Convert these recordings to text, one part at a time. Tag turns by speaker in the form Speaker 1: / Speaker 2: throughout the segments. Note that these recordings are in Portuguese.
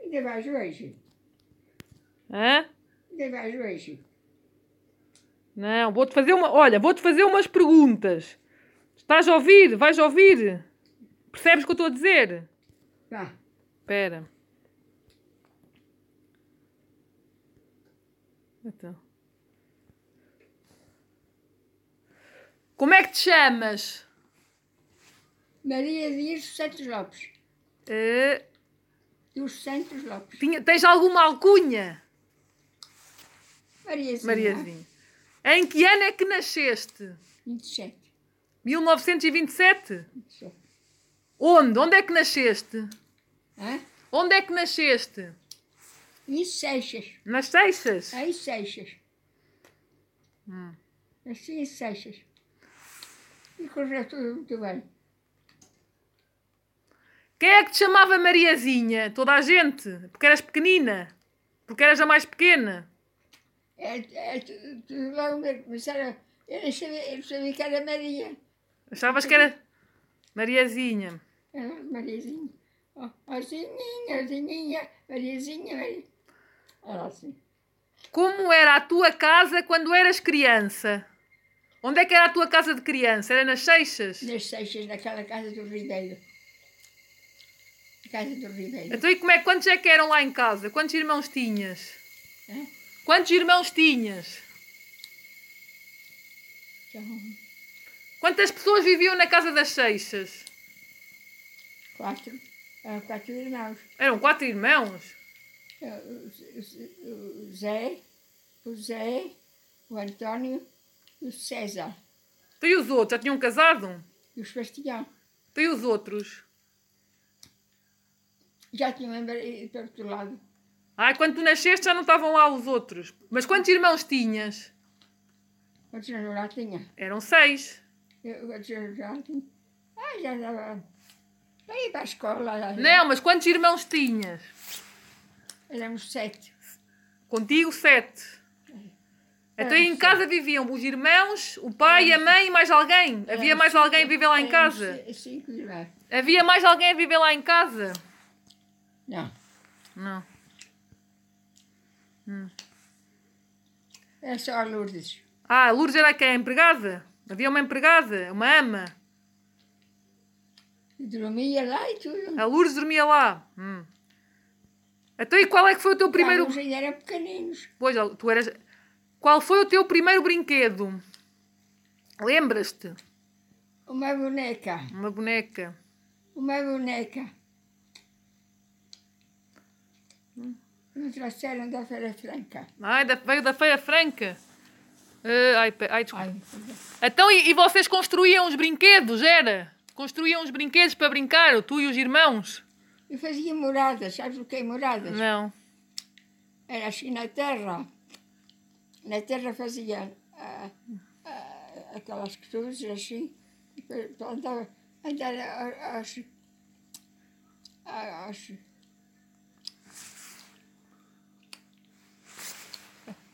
Speaker 1: Onde vai hoje?
Speaker 2: Hã?
Speaker 1: Onde vai hoje?
Speaker 2: Não, vou-te fazer uma. Olha, vou-te fazer umas perguntas. Estás a ouvir? Vais ouvir? Percebes o que eu estou a dizer?
Speaker 1: Tá.
Speaker 2: Espera. Então. Como é que te chamas?
Speaker 1: Maria Dias dos Santos Lopes.
Speaker 2: Eh,
Speaker 1: Dos Santos Lopes.
Speaker 2: tinha- tens alguma alcunha?
Speaker 1: Mariazinha.
Speaker 2: Mariazinha. Em que ano é que nasceste?
Speaker 1: 27.
Speaker 2: 1927?
Speaker 1: 27.
Speaker 2: Onde? Onde é que nasceste?
Speaker 1: Hã?
Speaker 2: Onde é que nasceste?
Speaker 1: Em Seixas.
Speaker 2: Nas Seixas?
Speaker 1: Aí Seixas. Nasci em Seixas. E correu tudo muito bem.
Speaker 2: Quem é que te chamava Mariazinha? Toda a gente? Porque eras pequenina? Porque eras a mais pequena?
Speaker 1: É, é, tu- tu logo me começaram. a- Eu não sabia, eu não sabia que era Maria.
Speaker 2: Achavas que era Mariazinha?
Speaker 1: Era Mariazinha. Ó, ó, Zininha, Zininha, Mariazinha, Maria. Era assim.
Speaker 2: Como era a tua casa quando eras criança? Onde é que era a tua casa de criança? Era nas Seixas?
Speaker 1: Nas Seixas, naquela casa do Ribeiro. Casa do Ribeiro.
Speaker 2: Então e como é, quantos é que eram lá em casa? Quantos irmãos tinhas?
Speaker 1: Hã?
Speaker 2: Quantos irmãos tinhas?
Speaker 1: Então,
Speaker 2: Quantas pessoas viviam na casa das Seixas?
Speaker 1: quatro. Eram quatro irmãos.
Speaker 2: Eram quatro irmãos?
Speaker 1: Eh, o Z- o Z- o Zé, o Zé, o António e o César.
Speaker 2: Então e os outros? Já tinham casado?
Speaker 1: E o Sebastião.
Speaker 2: Então e os outros?
Speaker 1: Já tinha um marido para outro lado.
Speaker 2: Ai, quando tu nasceste já não estavam lá os outros. Mas quantos irmãos tinhas?
Speaker 1: Outros não lá tinha.
Speaker 2: Eram seis.
Speaker 1: Eu, outros não lá tinha. Ah, já dava. Aí para a escola. já-
Speaker 2: Não, mas quantos irmãos tinhas?
Speaker 1: Éramos sete.
Speaker 2: Contigo, sete. Então
Speaker 1: Eram
Speaker 2: em casa viviam os irmãos, o pai, a mãe e mais alguém. Havia mais alguém a viver lá em
Speaker 1: Éramos
Speaker 2: casa?
Speaker 1: ci- Cinco irmãos.
Speaker 2: Havia mais alguém a viver lá em casa?
Speaker 1: Não.
Speaker 2: Não.
Speaker 1: Era é só a Lourdes.
Speaker 2: Ah, a Lourdes era quem? A empregada? Havia uma empregada, uma ama.
Speaker 1: E dormia lá e tudo.
Speaker 2: A Lourdes dormia lá. Hum. Então e qual é que foi o teu primeiro...
Speaker 1: Alguns ainda eram pequeninos.
Speaker 2: Pois, tu eras. Qual foi o teu primeiro brinquedo? Lembras-te?
Speaker 1: Uma boneca.
Speaker 2: Uma boneca.
Speaker 1: Uma boneca. Me trouxeram da Feira Franca.
Speaker 2: Ai, da- veio da Feira Franca. Eh, ai, pe- ai, desculpa.
Speaker 1: Ai,
Speaker 2: Então, e, e vocês construíam os brinquedos, era? Construíam os brinquedos para brincar, tu e os irmãos?
Speaker 1: eu fazia moradas, sabes o que é moradas?
Speaker 2: Não.
Speaker 1: Era assim na terra. Na terra fazia ah, ah, aquelas cruzes assim. Depois Plantava, andava aos, aos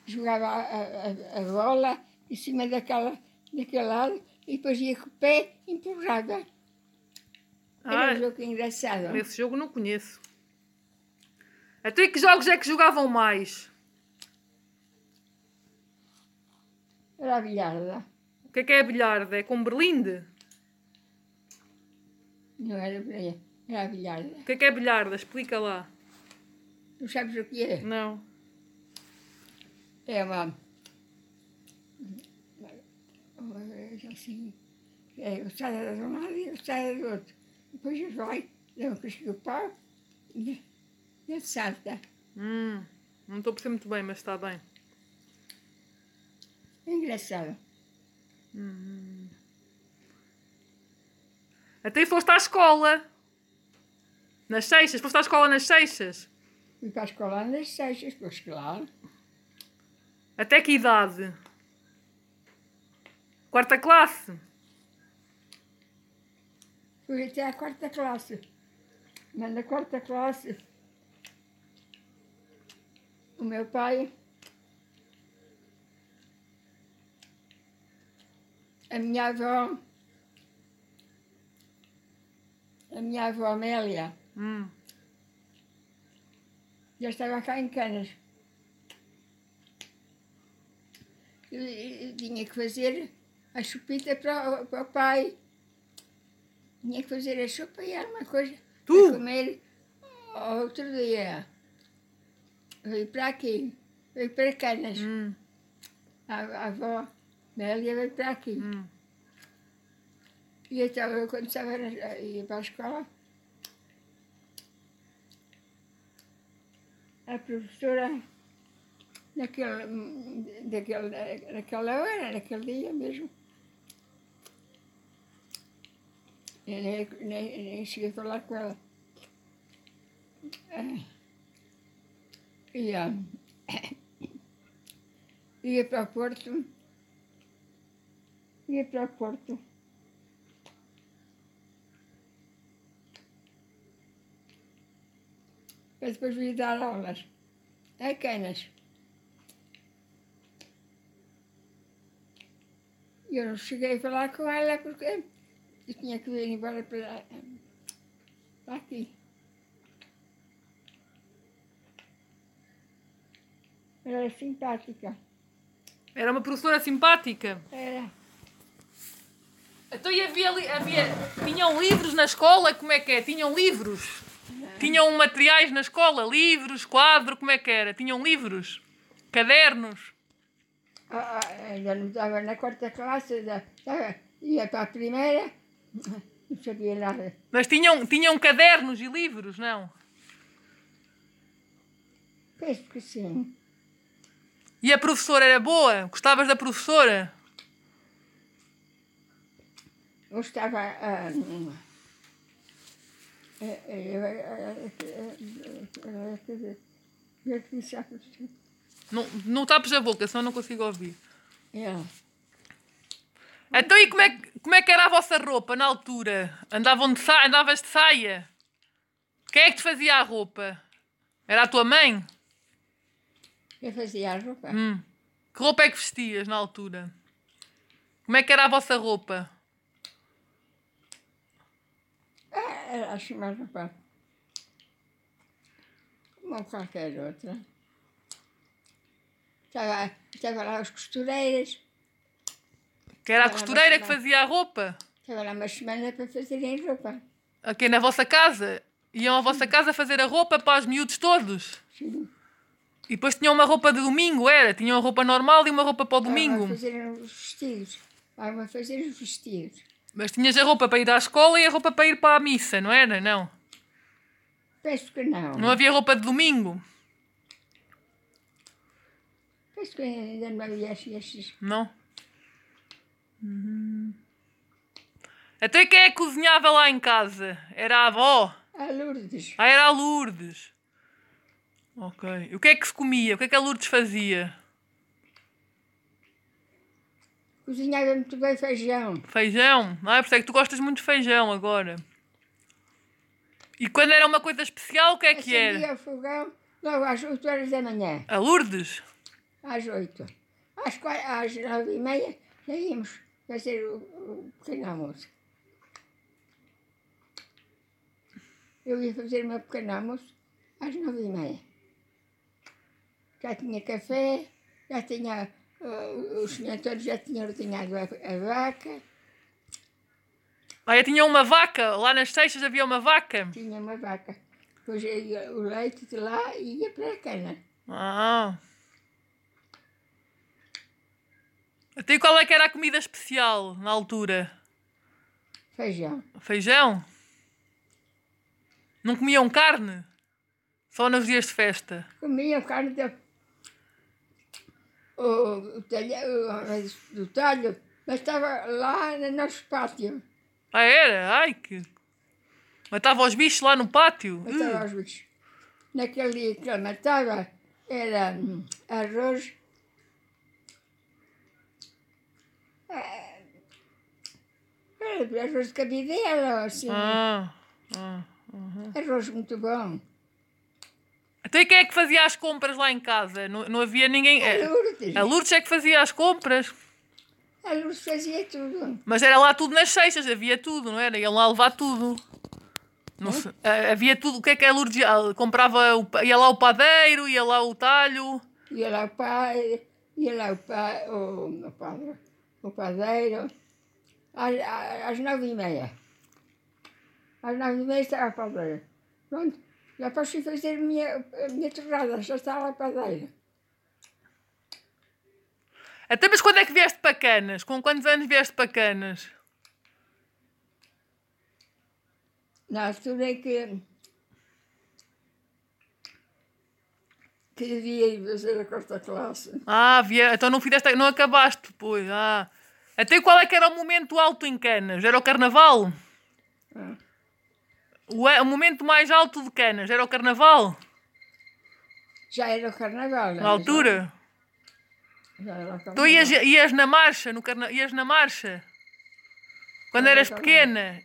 Speaker 1: jogava a, a- a bola em cima daquela, daquele lado e depois ia com o pé e empurrava. Era
Speaker 2: Ah,
Speaker 1: um jogo engraçado.
Speaker 2: esse jogo não conheço. Até que jogos é que jogavam mais?
Speaker 1: Era a bilharda.
Speaker 2: O que é que é a bilharda? É com berlinde?
Speaker 1: Não era bilharda, era a bilharda.
Speaker 2: O que é que é bilharda? Explica lá.
Speaker 1: Tu sabes o que é?
Speaker 2: Não.
Speaker 1: É uma. uma- Assim, é, o sai de um lado e o sai do outro. Depois vai, dá um cusco do pau e, e tá? salta.
Speaker 2: Hum, não estou a perceber muito bem, mas está bem.
Speaker 1: É engraçado.
Speaker 2: Até foste à escola. Nas seixas, foste à escola nas seixas.
Speaker 1: Fui para a escola nas seixas, pois claro.
Speaker 2: Até que idade? Quarta classe.
Speaker 1: Fui até à quarta classe. Mas na quarta classe, o meu pai a minha avó, a minha avó Amélia,
Speaker 2: Hum.
Speaker 1: já estava cá em Canas. E- E e tinha que fazer a chupita para, o- para o pai. Tinha que fazer a sopa e era uma coisa
Speaker 2: Tu?
Speaker 1: para comer ao outro dia. Veio para aqui, veio para Canas.
Speaker 2: Hum.
Speaker 1: A, a avó Nélia veio para aqui.
Speaker 2: Hum.
Speaker 1: E então, eu, quando estava na, ia para a escola, a professora, naquele, naquele, naquela hora, naquele dia mesmo, eu nem, nem, nem cheguei a falar com ela. Ah, E, ah, ia para o Porto, ia para o Porto. para depois vir dar aulas. A Canas. E eu não cheguei a falar com ela porque eu tinha que vir embora para, para aqui. Ela era simpática.
Speaker 2: Era uma professora simpática.
Speaker 1: Era.
Speaker 2: Então e havia, li- havia. Tinham livros na escola? Como é que é? Tinham livros? Tinham materiais na escola? Livros, quadro, como é que era? Tinham livros? Cadernos?
Speaker 1: Ah, ah, ainda não estava na quarta classe, já estava, ia para a primeira, não sabia nada.
Speaker 2: Mas tinham, tinham cadernos e livros, não?
Speaker 1: Penso que sim.
Speaker 2: E a professora era boa? Gostavas da professora?
Speaker 1: Eu estava a. Eu disse à
Speaker 2: Não, não tapes a boca, senão não consigo ouvir.
Speaker 1: ela,
Speaker 2: Então e como é, que- como é que era a vossa roupa na altura? Andavam de saia, andavas de saia? Quem é que te fazia a roupa? Era a tua mãe?
Speaker 1: eu fazia a roupa.
Speaker 2: Hum. Que roupa é que vestias na altura? Como é que era a vossa roupa?
Speaker 1: Ah, Era assim uma roupa. Como qualquer outra. Estava, estava lá as costureiras,
Speaker 2: Que era a
Speaker 1: Era a
Speaker 2: costureira que
Speaker 1: nossa mãe.
Speaker 2: fazia a roupa?
Speaker 1: estava lá é uma semana para fazerem roupa.
Speaker 2: Aqui na vossa casa? Iam à vossa casa fazer a roupa para os miúdos todos?
Speaker 1: Sim.
Speaker 2: E depois tinham uma roupa de domingo, era? Tinham a roupa normal e uma roupa para o
Speaker 1: Estavam a
Speaker 2: domingo?
Speaker 1: fazer os vestidos. Estavam a fazer os vestidos.
Speaker 2: Mas tinhas a roupa para ir à escola e a roupa para ir para a missa, não era? Não.
Speaker 1: Penso que não.
Speaker 2: Não é? havia roupa de domingo?
Speaker 1: Penso que ainda não havia esses.
Speaker 2: Não. Uhum. Até quem é que cozinhava lá em casa? Era a avó?
Speaker 1: Ah, Lourdes.
Speaker 2: Ah, era a Lourdes. Ok. E o que é que se comia? O que é que a Lourdes fazia?
Speaker 1: Cozinhava muito bem feijão.
Speaker 2: Feijão? Ah, por isso é que tu gostas muito de feijão agora. E quando era uma coisa especial, o que é que era?
Speaker 1: Acendia o fogão logo às 8 horas da manhã.
Speaker 2: A Lourdes?
Speaker 1: Às 8. Às, 4, às 9 e meia já íamos fazer o, o pequeno almoço. Eu ia fazer o meu pequeno almoço às 9 e meia. Já tinha café, já tinha. ah, o senhor todos já tinha ordenhado a, a vaca,
Speaker 2: Ah, eu tinha uma vaca. Lá nas seixas havia uma vaca.
Speaker 1: tinha uma vaca. Depois ia o leite de lá e ia para a cana.
Speaker 2: Ah. Até qual é que era a comida especial na altura?
Speaker 1: Feijão.
Speaker 2: Feijão? Não comiam carne? Só nos dias de festa.
Speaker 1: Comiam carne da, o, o telha, o- do talho, mas estava lá no nosso pátio,
Speaker 2: Ah, era? Ai, que... Matava os bichos lá no pátio?
Speaker 1: matava
Speaker 2: Ih,
Speaker 1: os bichos. Naquele dia que ele matava, era hum, arroz, eh, era arroz de cabidela, assim,
Speaker 2: Ah, ah.
Speaker 1: arroz muito bom.
Speaker 2: Então e quem é que fazia as compras lá em casa? Não, não havia ninguém...
Speaker 1: A
Speaker 2: eh,
Speaker 1: Lourdes,
Speaker 2: A Lourdes é que fazia as compras.
Speaker 1: a a Lourdes fazia tudo.
Speaker 2: Mas era lá tudo nas seixas, havia tudo, não era? Iam lá levar tudo. Não sei, ah, havia tudo. O que é que a Lourdes ia- comprava? o pa- ia lá o padeiro, ia lá o talho.
Speaker 1: Ia lá o pai, ia lá o pai, o, o padre, o padeiro, às, às nove e meia. Às nove e meia estava a padeira. Pronto, já posso ir fazer a minha, a minha torrada, já está lá a padeira.
Speaker 2: Até mas quando é que vieste para Canas? Com quantos anos vieste para Canas?
Speaker 1: Na altura em que, que devia ir fazer a quarta classe.
Speaker 2: Ah, vie... então não fizeste, não acabaste depois. Ah. Até qual é que era o momento alto em Canas? Era o carnaval?
Speaker 1: Ah.
Speaker 2: O, a- o momento mais alto de Canas era o carnaval?
Speaker 1: Já era o carnaval.
Speaker 2: Na altura?
Speaker 1: Já, já era o carnaval.
Speaker 2: Então ias, ias na marcha, no carna... ias na marcha? Quando
Speaker 1: Não,
Speaker 2: eras
Speaker 1: nunca não.
Speaker 2: pequena?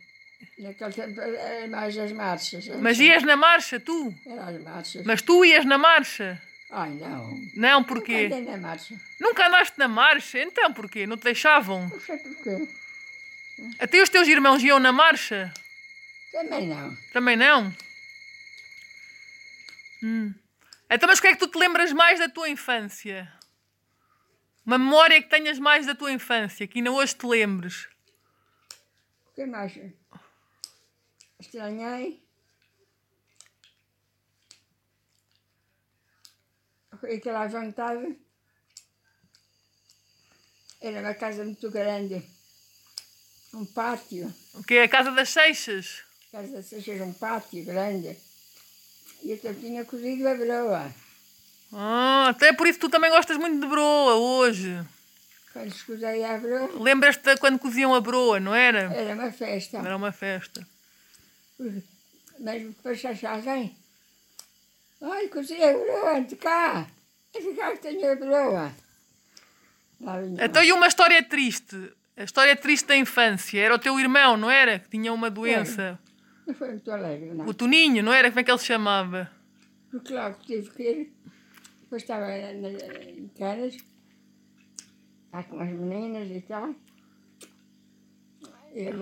Speaker 1: Naquele tempo era mais as marchas.
Speaker 2: Mas ias na marcha, tu?
Speaker 1: Era as marchas.
Speaker 2: Mas tu ias na marcha?
Speaker 1: Ai, não.
Speaker 2: Não, porquê?
Speaker 1: Andei na marcha.
Speaker 2: Nunca andaste na marcha? Então porquê? Não te deixavam?
Speaker 1: Não sei porquê.
Speaker 2: Até os teus irmãos iam na marcha?
Speaker 1: Também não.
Speaker 2: Também não? Hum. Então, mas o que é que tu te lembras mais da tua infância? Uma memória que tenhas mais da tua infância, que ainda hoje te lembres.
Speaker 1: O que mais? Estranhei. E Aquela vontade. Era uma casa muito grande. Um pátio.
Speaker 2: O que é a Casa das Seixas?
Speaker 1: Casa das Seixas, um pátio grande. E eu tinha cozido a broa.
Speaker 2: Ah, até por isso tu também gostas muito de broa hoje.
Speaker 1: Quando escutei a broa,
Speaker 2: Lembras-te de quando coziam a broa, não era?
Speaker 1: era uma festa.
Speaker 2: Era uma festa.
Speaker 1: Mas depois achaste alguém? Ai, cozinha a broa, ande cá! Ande cá que tenho a broa! Lá vinha.
Speaker 2: Então, e uma história triste? A história triste da infância. Era o teu irmão, não era? Que tinha uma doença.
Speaker 1: Não foi muito alegre, não.
Speaker 2: O Toninho, não era? Como é que ele se chamava?
Speaker 1: Porque logo tive que ir. Depois estava na- na- em Canas, lá com as meninas e tal. E o,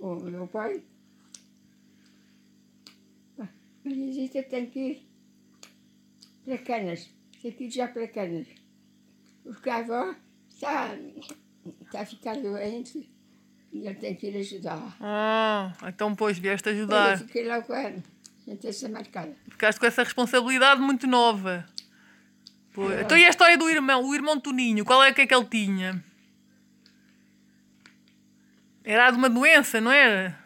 Speaker 1: o, o meu pai. "Ah, Maria Zita tem que ir para Canas. Tem que ir já para Canas. Porque a avó está, está a ficar doente e eu tenho que ir ajudá-la.
Speaker 2: Ah, então pois vieste
Speaker 1: Eu
Speaker 2: ajudar.
Speaker 1: fiquei logo com ela, na terça marcada.
Speaker 2: Ficaste com essa responsabilidade muito nova. Pois. Então e a história do irmão? O irmão Toninho, qual é que é que ele tinha? Era de uma doença, não era?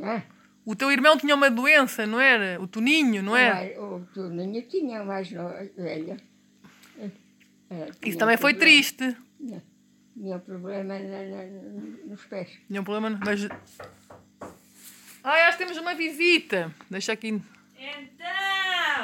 Speaker 1: Ah.
Speaker 2: O teu irmão tinha uma doença, não era? O Toninho, não é? era?
Speaker 1: Mas O Toninho tinha o mais no- velho. Era-
Speaker 2: Isso
Speaker 1: tinha
Speaker 2: também
Speaker 1: um
Speaker 2: foi
Speaker 1: problema-
Speaker 2: triste.
Speaker 1: Tinha, tinha um problema na- na- nos pés.
Speaker 2: Tinha um problema, não- mas... Ai, acho que temos uma visita. Deixa aqui...
Speaker 3: Então,